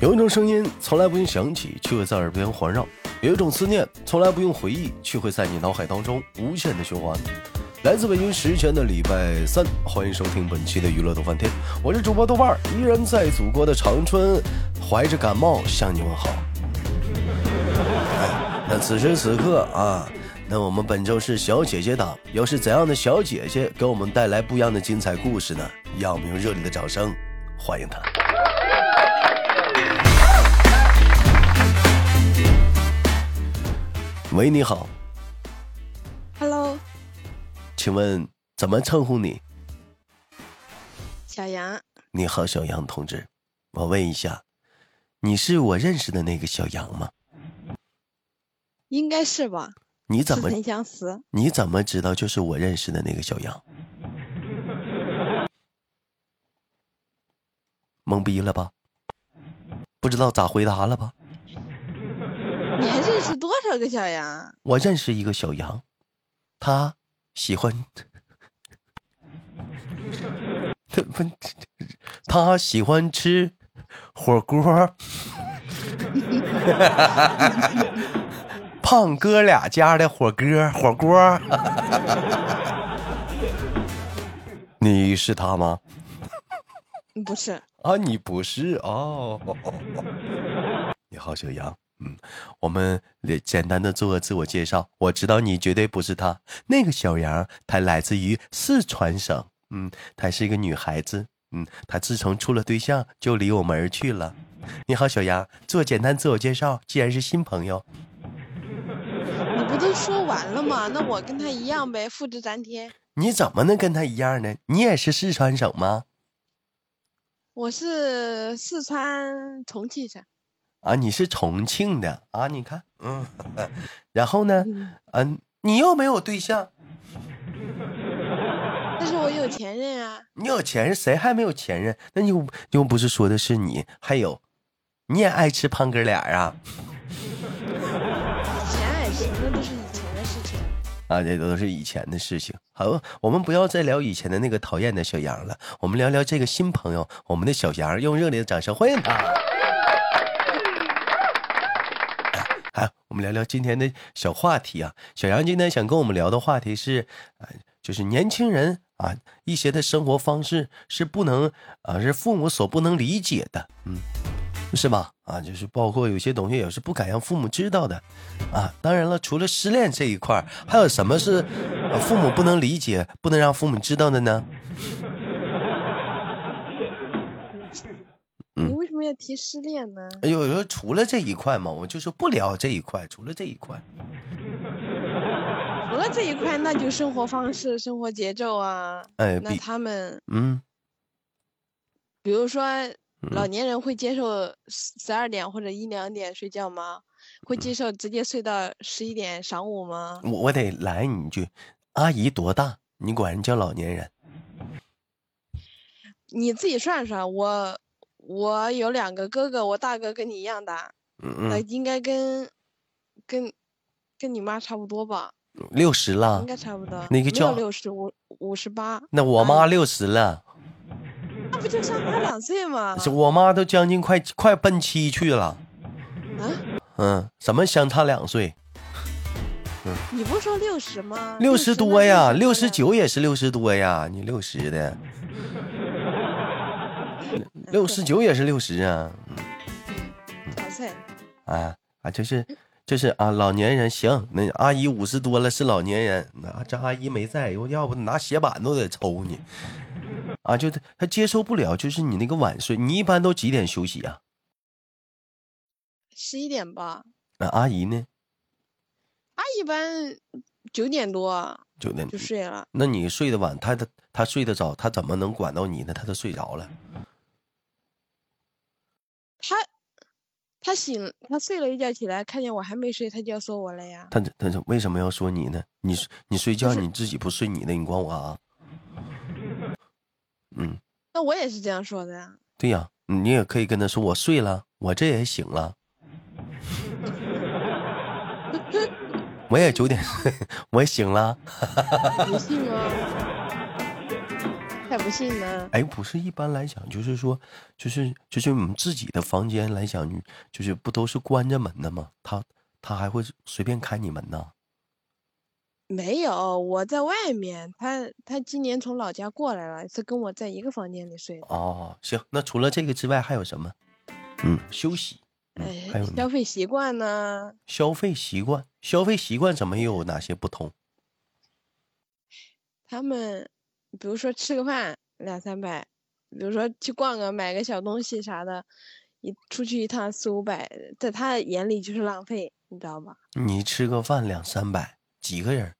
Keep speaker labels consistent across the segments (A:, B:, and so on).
A: 有一种声音从来不用响起，却会在耳边环绕；有一种思念从来不用回忆，却会在你脑海当中无限的循环。来自北京时间的礼拜三，欢迎收听本期的娱乐豆翻天，我是主播豆瓣儿，依然在祖国的长春，怀着感冒向你问好。哎，那此时此刻啊，那我们本周是小姐姐党，又是怎样的小姐姐给我们带来不一样的精彩故事呢？让我们用热烈的掌声欢迎她。喂，你好，
B: Hello，
A: 请问怎么称呼你？
B: 小杨，
A: 你好，小杨同志，我问一下，你是我认识的那个小杨吗？
B: 应该是吧？
A: 你怎
B: 似
A: 么
B: 曾相识，
A: 你怎么知道就是我认识的那个小杨？懵逼了吧？不知道咋回答了吧？
B: 你还认识多少个小杨？
A: 我认识一个小杨，他喜欢，他不，他喜欢吃火锅。胖哥俩家的火锅，火锅。 你是他吗？
B: 不是，
A: 啊，你不是哦。你好，小杨。嗯，我们来简单的做个自我介绍。我知道你绝对不是他，那个小杨，她来自于四川省。嗯，她是一个女孩子。嗯，她自从处了对象就离我们而去了。你好，小杨，做简单自我介绍。既然是新朋友，
B: 你不都说完了吗？那我跟他一样呗，复制粘贴。
A: 你怎么能跟她一样呢？你也是四川省吗？
B: 我是四川重庆省，
A: 啊，你是重庆的啊？你看，嗯， 然后呢？
B: 嗯，
A: 嗯、你又没有对象，
B: 但是我有前任啊，
A: 你有前任，谁还没有前任？那又又不是说的是你，还有，你也爱吃胖哥俩啊？
B: 以前爱吃，那都是以前的事情。
A: 啊，这都是以前的事情。好，我们不要再聊以前的那个讨厌的小杨了，我们聊聊这个新朋友，我们的小杨，用热烈的掌声欢迎他。好，我们聊聊今天的小话题啊。小杨今天想跟我们聊的话题是，呃，就是年轻人啊一些的生活方式是不能啊是父母所不能理解的，嗯，是吧？啊，就是包括有些东西也是不敢让父母知道的，啊，当然了，除了失恋这一块儿，还有什么是、呃父母不能理解、不能让父母知道的呢？嗯
B: 你为什么要提失恋呢？
A: 哎呦，有时候除了这一块嘛，我就说不聊这一块，除了这一块。
B: 除了这一块，那就生活方式、生活节奏啊。
A: 哎，
B: 那
A: 比
B: 他们，
A: 嗯，
B: 比如说老年人会接受十十二点或者一两点睡觉吗？会
A: 嗯
B: 接受直接睡到十一点晌午吗？
A: 我我得来你一句，阿姨多大？你管人叫老年人？
B: 你自己算算，我我有两个哥哥，我大哥跟你一样大，
A: 嗯
B: 那
A: 嗯，
B: 应该跟跟跟你妈差不多吧？
A: 嗯六十了
B: 应，该差不多。
A: 那个叫
B: 六十五五十八，
A: 那我妈六十了，
B: 那不就相差两岁吗？
A: 是我妈都将近快快奔七去了。
B: 啊，
A: 嗯，什么相差两岁？
B: 你不是说六十吗？
A: 啊六十多嗯呀，六十
B: 十
A: 九也是六十多呀，你六十的，六十九也是六十啊，
B: 两岁。
A: 啊啊，就是
B: 嗯
A: 就是啊，老年人行，那阿姨五十多了是老年人，那啊这阿姨没在，我要不拿斜板都得抽你，啊，就他他接受不了，就是你那个晚睡，你一般都几点休息啊呀、
B: 十一点吧，
A: 那、阿姨呢？
B: 他一般九点多
A: 九点
B: 就，睡了。
A: 那你睡得晚，他他他睡得早，他怎么能管到你呢？他都睡着了。
B: 他他醒，他睡了一觉起来，看见我还没睡，他就要说我了呀。
A: 他他他为什么要说你呢？你睡你睡觉
B: 就是
A: 你自己不睡你的，你管我啊？嗯，
B: 那我也是这样说的呀。
A: 对呀、你也可以跟他说我睡了，我这也醒了，我也 九点，我也醒了。
B: 你信吗？才不信呢。
A: 哎，不是一般来讲，就是说，就是就是我们自己的房间来讲，你就是不都是关着门的吗？他他还会随便开你门呢？
B: 没有，我在外面。他他今年从老家过来了，是跟我在一个房间里睡的。
A: 哦，行，那除了这个之外还有什么？嗯，休息，嗯，还
B: 哎
A: 有，呢
B: 消费习惯呢？
A: 消费习惯，消费习惯怎么又有哪些不同？
B: 他们比如说吃个饭两三百，比如说去逛个买个小东西啥的，一出去一趟四五百，在他眼里就是浪费，你知道吧？
A: 你吃个饭两三百，几个人？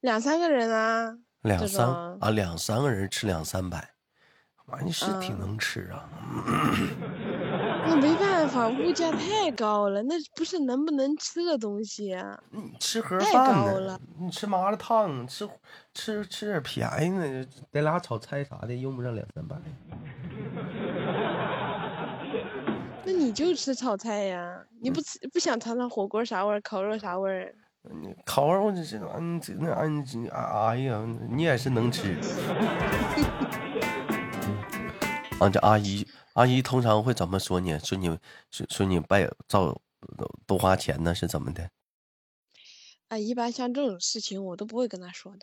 B: 两三个人啊，
A: 两
B: 这
A: 三
B: 种啊
A: 啊，两三个人吃两三百，妈，你是挺
B: 嗯
A: 能吃啊。
B: 那没办法，物价太高了，那不是能不能吃的东西啊。
A: 你吃盒
B: 太
A: 饭
B: 高
A: 呢
B: 了？
A: 你吃麻辣烫，吃吃吃点便宜呢，带俩炒菜啥的，用不上两三百。
B: 那你就吃炒菜呀，你不吃不想尝尝火锅啥味儿，烤肉啥味儿？
A: 你烤肉你这玩意这那玩意这啊哎呀，你也是能 吃。啊，这阿姨阿姨通常会怎么说你？说你说说你败造多花钱呢？是怎么的？
B: 啊，一般像这种事情我都不会跟他说的。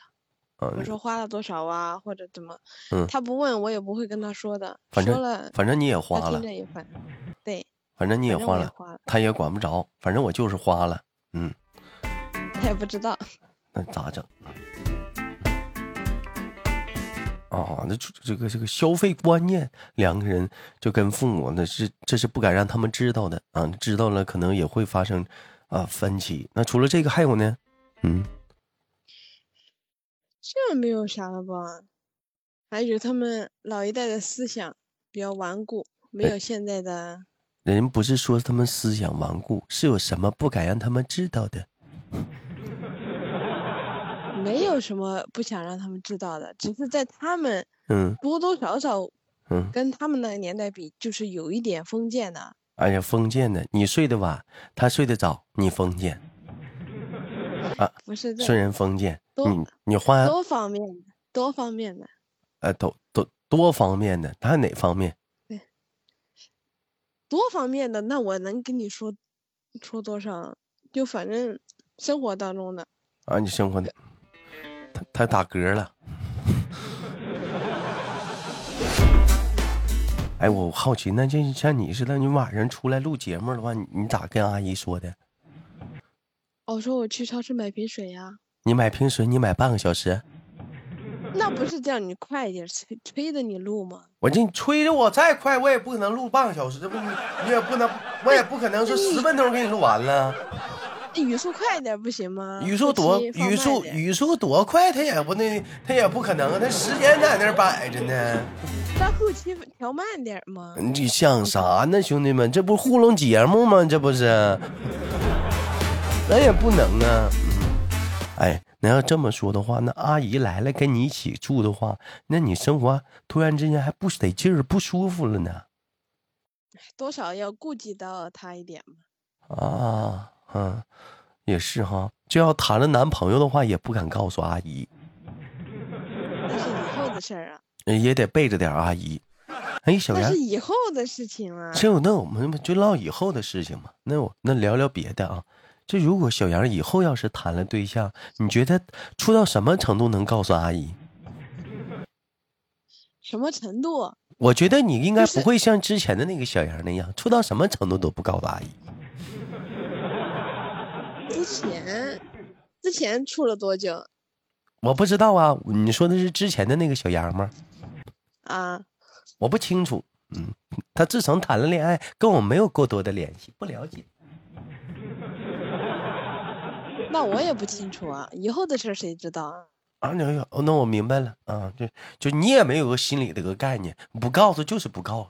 B: 我
A: 嗯，
B: 说花了多少啊，或者怎么，
A: 嗯
B: 他不问我也不会跟他说的。
A: 反
B: 说
A: 正
B: 了，
A: 反正你也
B: 他
A: 花
B: 听
A: 了，
B: 着也烦。对，
A: 反正你也
B: 反正
A: 花
B: 我也
A: 了，
B: 花了，
A: 他也管不着，反正我就是花了。嗯，
B: 他也不知道。
A: 那咋整？啊，那这这个这个消费观念，两个人就跟父母那是这是不敢让他们知道的啊，知道了可能也会发生啊分歧。那除了这个还有呢？嗯，
B: 这没有啥了吧？还有他们老一代的思想比较顽固，没
A: 对
B: 有现在的。
A: 人不是说他们思想顽固，是有什么不敢让他们知道的？
B: 没有什么不想让他们知道的，只是在他们
A: 嗯
B: 多多少少
A: 嗯，
B: 跟他们那个年代比，就是有一点封建的。
A: 哎呀，封建的，你睡得晚，他睡得早，你封建，
B: 不是在
A: 顺人封建，
B: 多
A: 你你花
B: 多方面的，多方面的，
A: 呃多多多方面的，他哪方面？
B: 多方面的。那我能跟你说说多少？就反正生活当中的，
A: 啊，你生活的，他他打嗝了。 哎，我好奇，那就像你似的，你晚上出来录节目的话，你你咋跟阿姨说的？
B: 我哦说我去超市买瓶水呀、
A: 你买瓶水，你买半个小时，
B: 那不是叫你快一点催催着你录吗？
A: 我这你催着我再快，我也不可能录半个小时，这不你你也不能，我也不可能 说十分钟给你录完了。
B: 那语速快一点不行吗？
A: 语速
B: 后
A: 多，
B: 期放
A: 语
B: 慢
A: 速
B: 点
A: 语速多快，他也不那他也不可能，他时间在那儿摆着呢。
B: 那后期调慢点嘛。
A: 你想啥呢，兄弟们？这不糊弄节目吗？这不是，咱也不能啊。嗯哎，那要这么说的话，那阿姨来了跟你一起住的话，那你生活突然之间还不得劲儿、不舒服了呢？
B: 多少要顾及到他一点嘛。
A: 啊，嗯，也是哈。就要谈了男朋友的话，也不敢告诉阿姨，
B: 那是以后的事儿啊，
A: 也得背着点儿阿姨。哎，小
B: 那
A: 袁
B: 是，以后的事情啊。
A: 这有那我们就唠以后的事情嘛。那我那聊聊别的啊。这如果小杨以后要是谈了对象，你觉得处到什么程度能告诉阿姨？
B: 什么程度？
A: 我觉得你应该
B: 就是
A: 不会像之前的那个小杨那样，处到什么程度都不告诉阿姨。
B: 之前之前处了多久
A: 我不知道啊，你说的是之前的那个小杨吗？
B: 啊？
A: 我不清楚。嗯，他自从谈了恋爱，跟我没有过多的联系，不了解。
B: 那我也不清楚啊，以后的事儿谁知道啊？
A: 啊，那个哦，那我明白了啊，就就你也没有个心里的个概念，不告诉就是不告诉。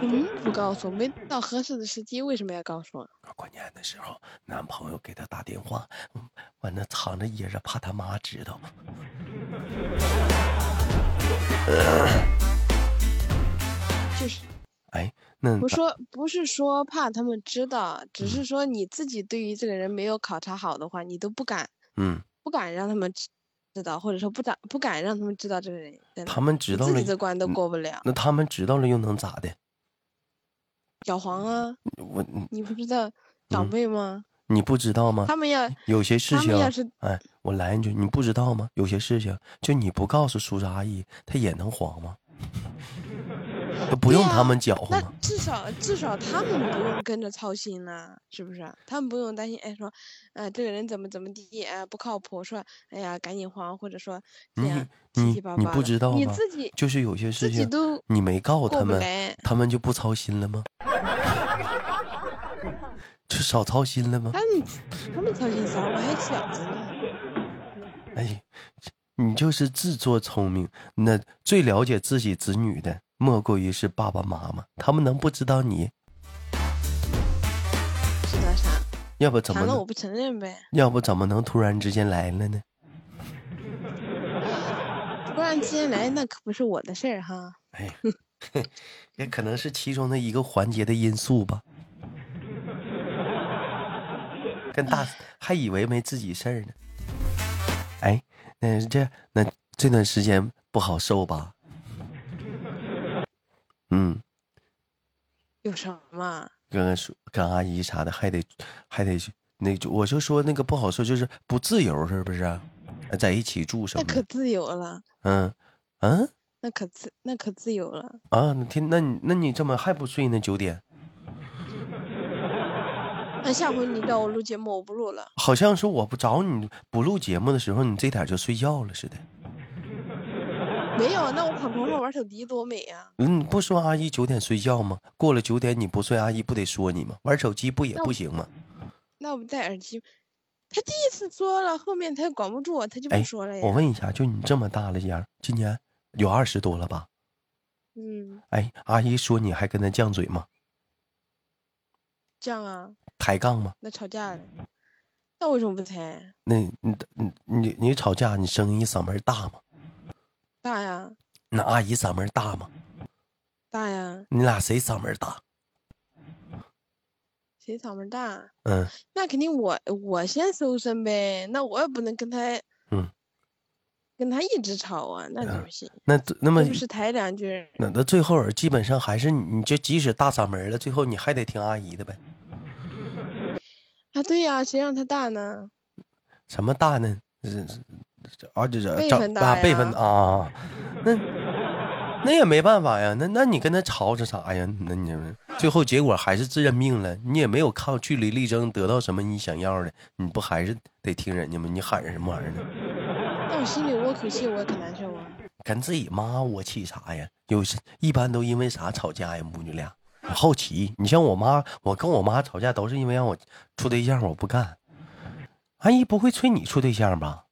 B: 嗯，不告诉我，没到合适的时机，为什么要告诉我？
A: 过年的时候，男朋友给她打电话，嗯完了藏着掖着，怕她妈知道。
B: 就是
A: 哎，那嗯
B: 不说，不是说怕他们知道，只是说你自己对于这个人没有考察好的话，你都不敢
A: 嗯，
B: 不敢让他们知知道，或者说不敢不敢让他们知道这个人在哪。
A: 他们知
B: 我
A: 道
B: 自
A: 了
B: 己，的关都
A: 嗯
B: 过不了。
A: 那他们知道了又能咋的？
B: 小黄啊，
A: 我嗯
B: 你不知道长
A: 嗯
B: 辈吗？
A: 你不知道吗？
B: 他们要
A: 有些事
B: 他
A: 情
B: 们要是，
A: 哎，我来一句，你不知道吗？有些事情就你不告诉叔叔阿姨，他也能黄吗？ 不用
B: 对
A: 他
B: 呀
A: 们搅和
B: 那
A: 吗？
B: 至少至少他们不用跟着操心呐、是不是啊？他们不用担心，哎，说，哎，这个人怎么怎么地，哎，不靠谱，说，哎呀，赶紧还，或者说，哎
A: 你
B: 呀，七
A: 你
B: 七八
A: 你
B: 八
A: 不
B: 的
A: 知道
B: 你
A: 吗
B: 自己
A: 就是有些事
B: 自己
A: 情
B: 都
A: 你没告诉
B: 过
A: 他
B: 不
A: 们，
B: 来，
A: 他们就不操心了吗？ 就少操心了吗？
B: 他们他们操心啥？我还小着呢，
A: 哎，你就是自作聪明。那最了解自己子女的，莫过于是爸爸妈妈，他们能不知道你？
B: 知道啥？
A: 要不怎么
B: 强了
A: 能
B: 我不承认呗，
A: 要不怎么能突然之间来了呢？
B: 突然之间来那可不是我的事儿哈。
A: 哎，也可能是其中的一个环节的因素吧。跟大
B: 哎
A: 还以为没自己事儿呢。哎，那这那这段时间不好受吧？嗯，
B: 有什么？
A: 跟叔跟阿姨啥的还得还得去那就我就说那个不好受，就是不自由，是不是？在一起住什
B: 那
A: 么
B: 可
A: 的？
B: 自由了，
A: 嗯嗯
B: 那可自那可自由了。
A: 啊，那天那你那你这么还不睡呢？九点？
B: 那下回你叫我录节目，我不录了。
A: 好像是我不找你不录节目的时候，你这点儿就睡觉了似的。
B: 没有，那我躺床上玩手机多美啊呀、
A: 嗯，你不说阿姨九点睡觉吗？过了九点你不睡，阿姨不得说你吗？玩手机不也
B: 那我
A: 不行吗？
B: 那我戴耳机，他第一次说了，后面他管不住，他就
A: 哎
B: 不说了呀。
A: 我问一下，就你这么大了样儿，今年有二十多了吧？
B: 嗯，
A: 哎，阿姨说你还跟她犟嘴吗？
B: 这样啊，
A: 抬杠吗？
B: 那吵架了，那为什么不抬？
A: 那你你你你吵架，你声音嗓门大吗？
B: 大呀，
A: 那阿姨嗓门大吗？
B: 大呀，
A: 你俩谁嗓门大？
B: 谁嗓门大？啊
A: 嗯，
B: 那肯定我我先搜身呗，那我也不能跟他，
A: 嗯，
B: 跟他一直吵啊，那就不行，
A: 那那么
B: 是不是抬两句？
A: 那那最后基本上还是你，你就即使大嗓门了，最后你还得听阿姨的呗。
B: 啊，对呀、谁让他大呢？
A: 什么大呢？这这这，而且这
B: 辈
A: 长
B: 分大
A: 啊辈分
B: 呀
A: 大啊，那那也没办法呀。那那你跟他吵吵啥呀？那你们最后结果还是自认命了，你也没有靠据理力争得到什么你想要的，你不还是得听人家吗？你喊人什么玩意儿呢？
B: 那我心里窝口气，我也可难受啊。
A: 跟自己妈我气啥呀？有时一般都因为啥吵架呀？母女俩，我好奇。你像我妈，我跟我妈吵架都是因为让我处对象，我不干。阿姨不会催你处对象吧？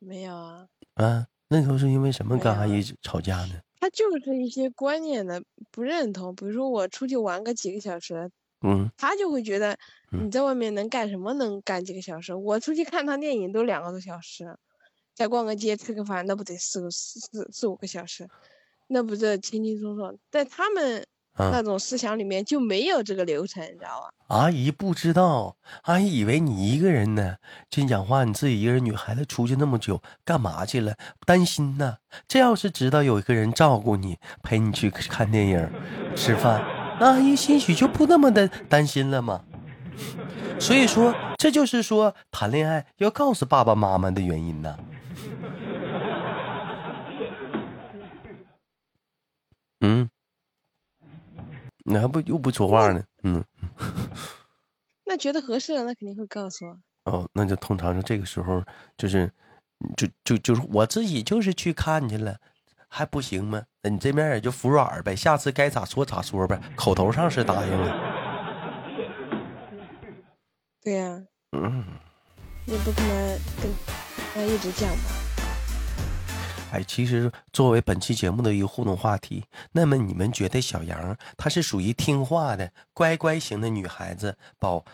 B: 没有啊，
A: 啊，那时候是因为什么
B: 没
A: 跟
B: 有
A: 阿姨吵架呢？
B: 他就是一些观念的不认同，比如说我出去玩个几个小时，
A: 嗯，
B: 他就会觉得
A: 嗯
B: 你在外面能干什么？能干几个小时？我出去看趟电影都两个多小时，再逛个街吃个饭，那不得四个四四四五个小时？那不是轻轻松松？在他们
A: 啊
B: 那种思想里面就没有这个流程，你知道吧？
A: 阿姨不知道，阿姨以为你一个人呢。真讲话，你自己一个人，女孩子出去那么久，干嘛去了？担心呐。这要是知道有一个人照顾你，陪你去看电影、吃饭，那阿姨兴许就不那么的担心了嘛。所以说，这就是说谈恋爱要告诉爸爸妈妈的原因呐。嗯，你还不又不说话呢？嗯。
B: 那觉得合适了，那肯定会告诉我。
A: 哦，那就通常是这个时候，就是，就就就是我自己就是去看去了，还不行吗？那你这面也就服软儿呗，下次该咋说咋说呗，口头上是答应了，
B: 对呀、
A: 嗯，
B: 你不可能跟他一直讲吧？
A: 哎，其实作为本期节目的一个互动话题，那么你们觉得小杨她是属于听话的乖乖型的女孩子，保，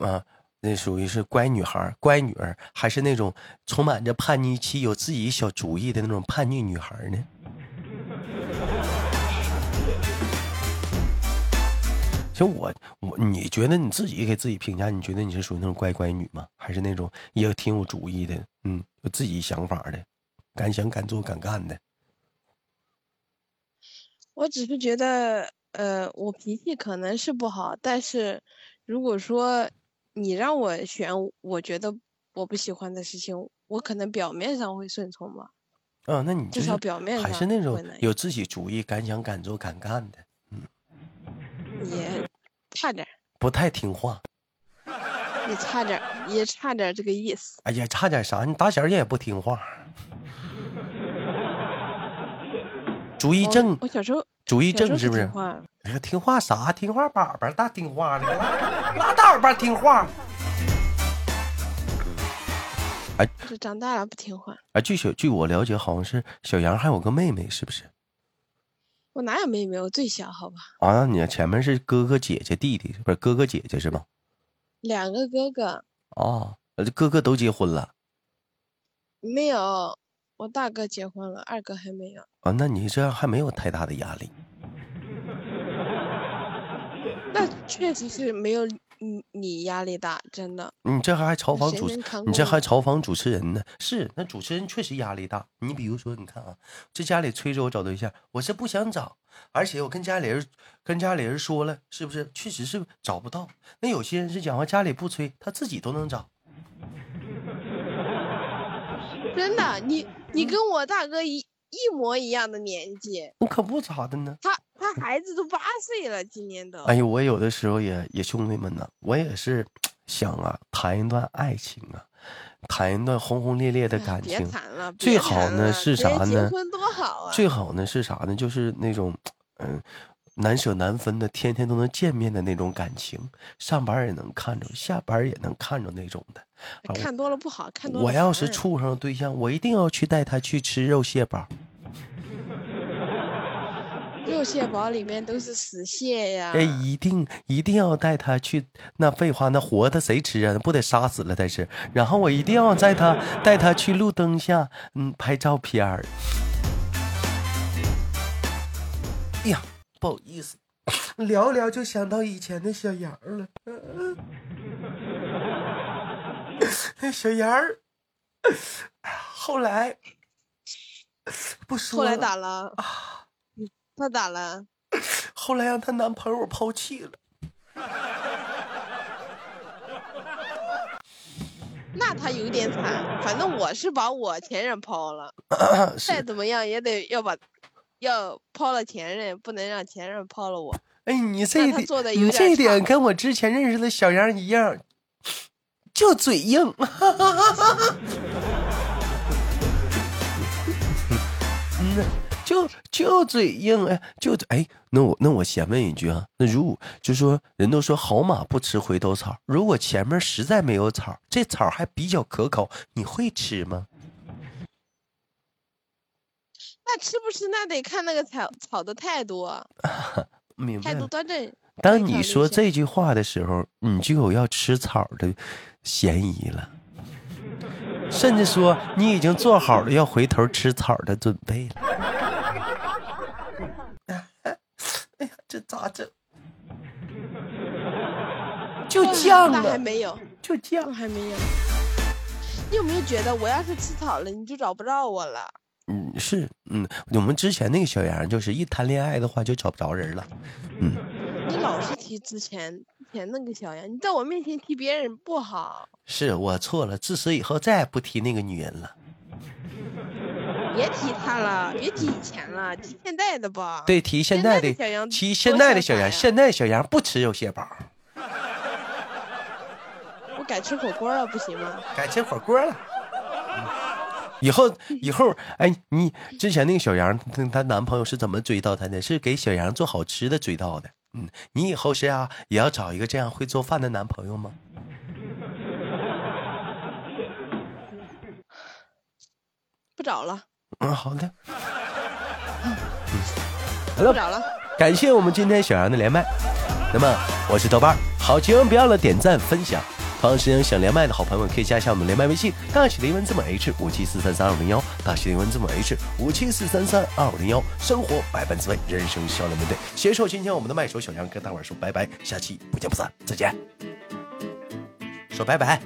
A: 呃，那属于是乖女孩儿、乖女儿，还是那种充满着叛逆期、有自己小主意的那种叛逆女孩 儿呢？实我我你觉得你自己给自己评价，你觉得你是属于那种乖乖女吗？还是那种也挺有主意的，嗯，有自己想法的，敢想敢做敢干的？
B: 我只是觉得，呃，我脾气可能是不好，但是如果说你让我选，我觉得我不喜欢的事情，我可能表面上会顺从吧，
A: 啊，那你就
B: 至少表面
A: 还
B: 上
A: 是那种
B: 会那样
A: 有自己主意、敢想敢做敢干的，
B: 也差点儿，
A: 不太听话。
B: 也差点儿，也差点儿这个意思。
A: 哎呀，差点啥？你打小也不听 话，主意
B: 我
A: 正，
B: 我小时候
A: 主意
B: 小时
A: 正
B: 候
A: 是不
B: 挺
A: 是？
B: 坏
A: 你说听话啥？听话粑粑大听话了，拉拉倒吧听话。
B: 就是长大了不听话，
A: 啊，据小据我了解，好像是小杨还有个妹妹，是不是？
B: 我哪有妹妹？我最小，好吧，
A: 啊，你前面是哥哥姐姐弟弟，不是哥哥姐姐是吧？
B: 两个哥哥
A: 哦，呃哥哥都结婚了
B: 没有，我大哥结婚了，二哥还没有。
A: 啊，那你这样还没有太大的压力。
B: 那确实是没有你你压力大，真的。
A: 你这还嘲讽
B: 谁
A: 主持
B: 能扛，
A: 你这
B: 过
A: 还嘲讽主持人呢？是，那主持人确实压力大。你比如说，你看啊，这家里催着我找对象，我是不想找，而且我跟家里人跟家里人说了，是不是？确实是找不到。那有些人是讲话家里不催，他自己都能找。
B: 真的，你你跟我大哥一一模一样的年纪，
A: 那可不咋的呢。
B: 他他孩子都八岁了，今年都。
A: 哎呀，我有的时候也也兄弟们呐，我也是想啊，谈一段爱情啊，谈一段轰轰烈烈的
B: 哎
A: 感
B: 别
A: 情。
B: 谈了，
A: 最
B: 别
A: 好
B: 谈
A: 呢
B: 了
A: 是
B: 别
A: 啥呢
B: 结婚多好啊！
A: 最好呢是啥呢？就是那种，嗯，难舍难分的，天天都能见面的那种感情，上班也能看着，下班也能看着那种的。啊
B: 看多了不好，看多了
A: 我要是
B: 烦
A: 处上对象，我一定要去带他去吃肉蟹煲。
B: 肉蟹堡里面都是死蟹呀，
A: 哎，一定一定要带他去。那废话，那活的谁吃啊？不得杀死了才吃。然后我一定要带他带他去路灯下，嗯，拍照片儿。哎呀，不好意思，聊聊就想到以前的小杨儿了。 那小杨儿，哎呀后来不
B: 后
A: 说
B: 来
A: 了，
B: 咋了？
A: 啊
B: 嗯他咋了？
A: 后来让她男朋友抛弃了。
B: 那他有点惨，反正我是把我前任抛了，
A: 啊是
B: 再怎么样也得要把，要抛了前任，不能让前任抛了我。
A: 哎，你这
B: 那他
A: 点，
B: 做得有
A: 你
B: 点
A: 这
B: 差
A: 点跟我之前认识的小杨一样，就嘴硬。 嗯呐，就就嘴硬哎，就哎，那我那我先问一句啊，那如果就说人都说好马不吃回头草，如果前面实在没有草，这草还比较可口，你会吃吗？
B: 那吃不吃那得看那个草草的态度啊，
A: 明白
B: 态
A: 了
B: 度。端正。
A: 当
B: 可以考
A: 你
B: 虑
A: 说
B: 一下
A: 这句话的时候，你就有要吃草的嫌疑了，甚至说你已经做好了要回头吃草的准备了。 哎呀，这咋整？就犟
B: 那还
A: 了，
B: 没有，
A: 就犟
B: 那。还没有。你有没有觉得，我要是吃草了，你就找不着我了？
A: 嗯，是，嗯，我们之前那个小杨就是一谈恋爱的话就找不着人了。
B: 你老是提之前之前那个小杨，你在我面前提别人不好，
A: 是我错了，自此以后再也不提那个女人了。
B: 别提他了，别提以前了，提现在的吧。，
A: 对，提现
B: 啊现
A: 在
B: 在的小
A: 的，
B: 羊
A: 提
B: 多
A: 现在的
B: 潇
A: 小
B: 洒
A: 杨，
B: 呀
A: 现在的小杨不吃肉蟹煲，
B: 我改吃火锅了，不行吗？
A: 改吃火锅了。以后以后，哎，你之前那个小杨，她她男朋友是怎么追到她的？是给小杨做好吃的追到的。嗯，你以后是啊，也要找一个这样会做饭的男朋友吗？
B: 不找了，
A: 嗯，好的。
B: 不找了，
A: 感谢我们今天小杨的连麦。那么我是豆瓣儿，好节目别忘了点赞分享。同样时间想连麦的好朋友们可以加一下我们连麦微信，大写的英文字母 H 五七四三三二零幺，大写英文字母 H 五七四三三二五零幺，生活百般滋味，人生笑料面对。携手今天我们的麦手小杨跟大伙儿说拜拜，下期不见不散，再见。说拜拜。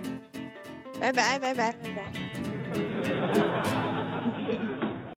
B: 拜拜拜拜拜拜。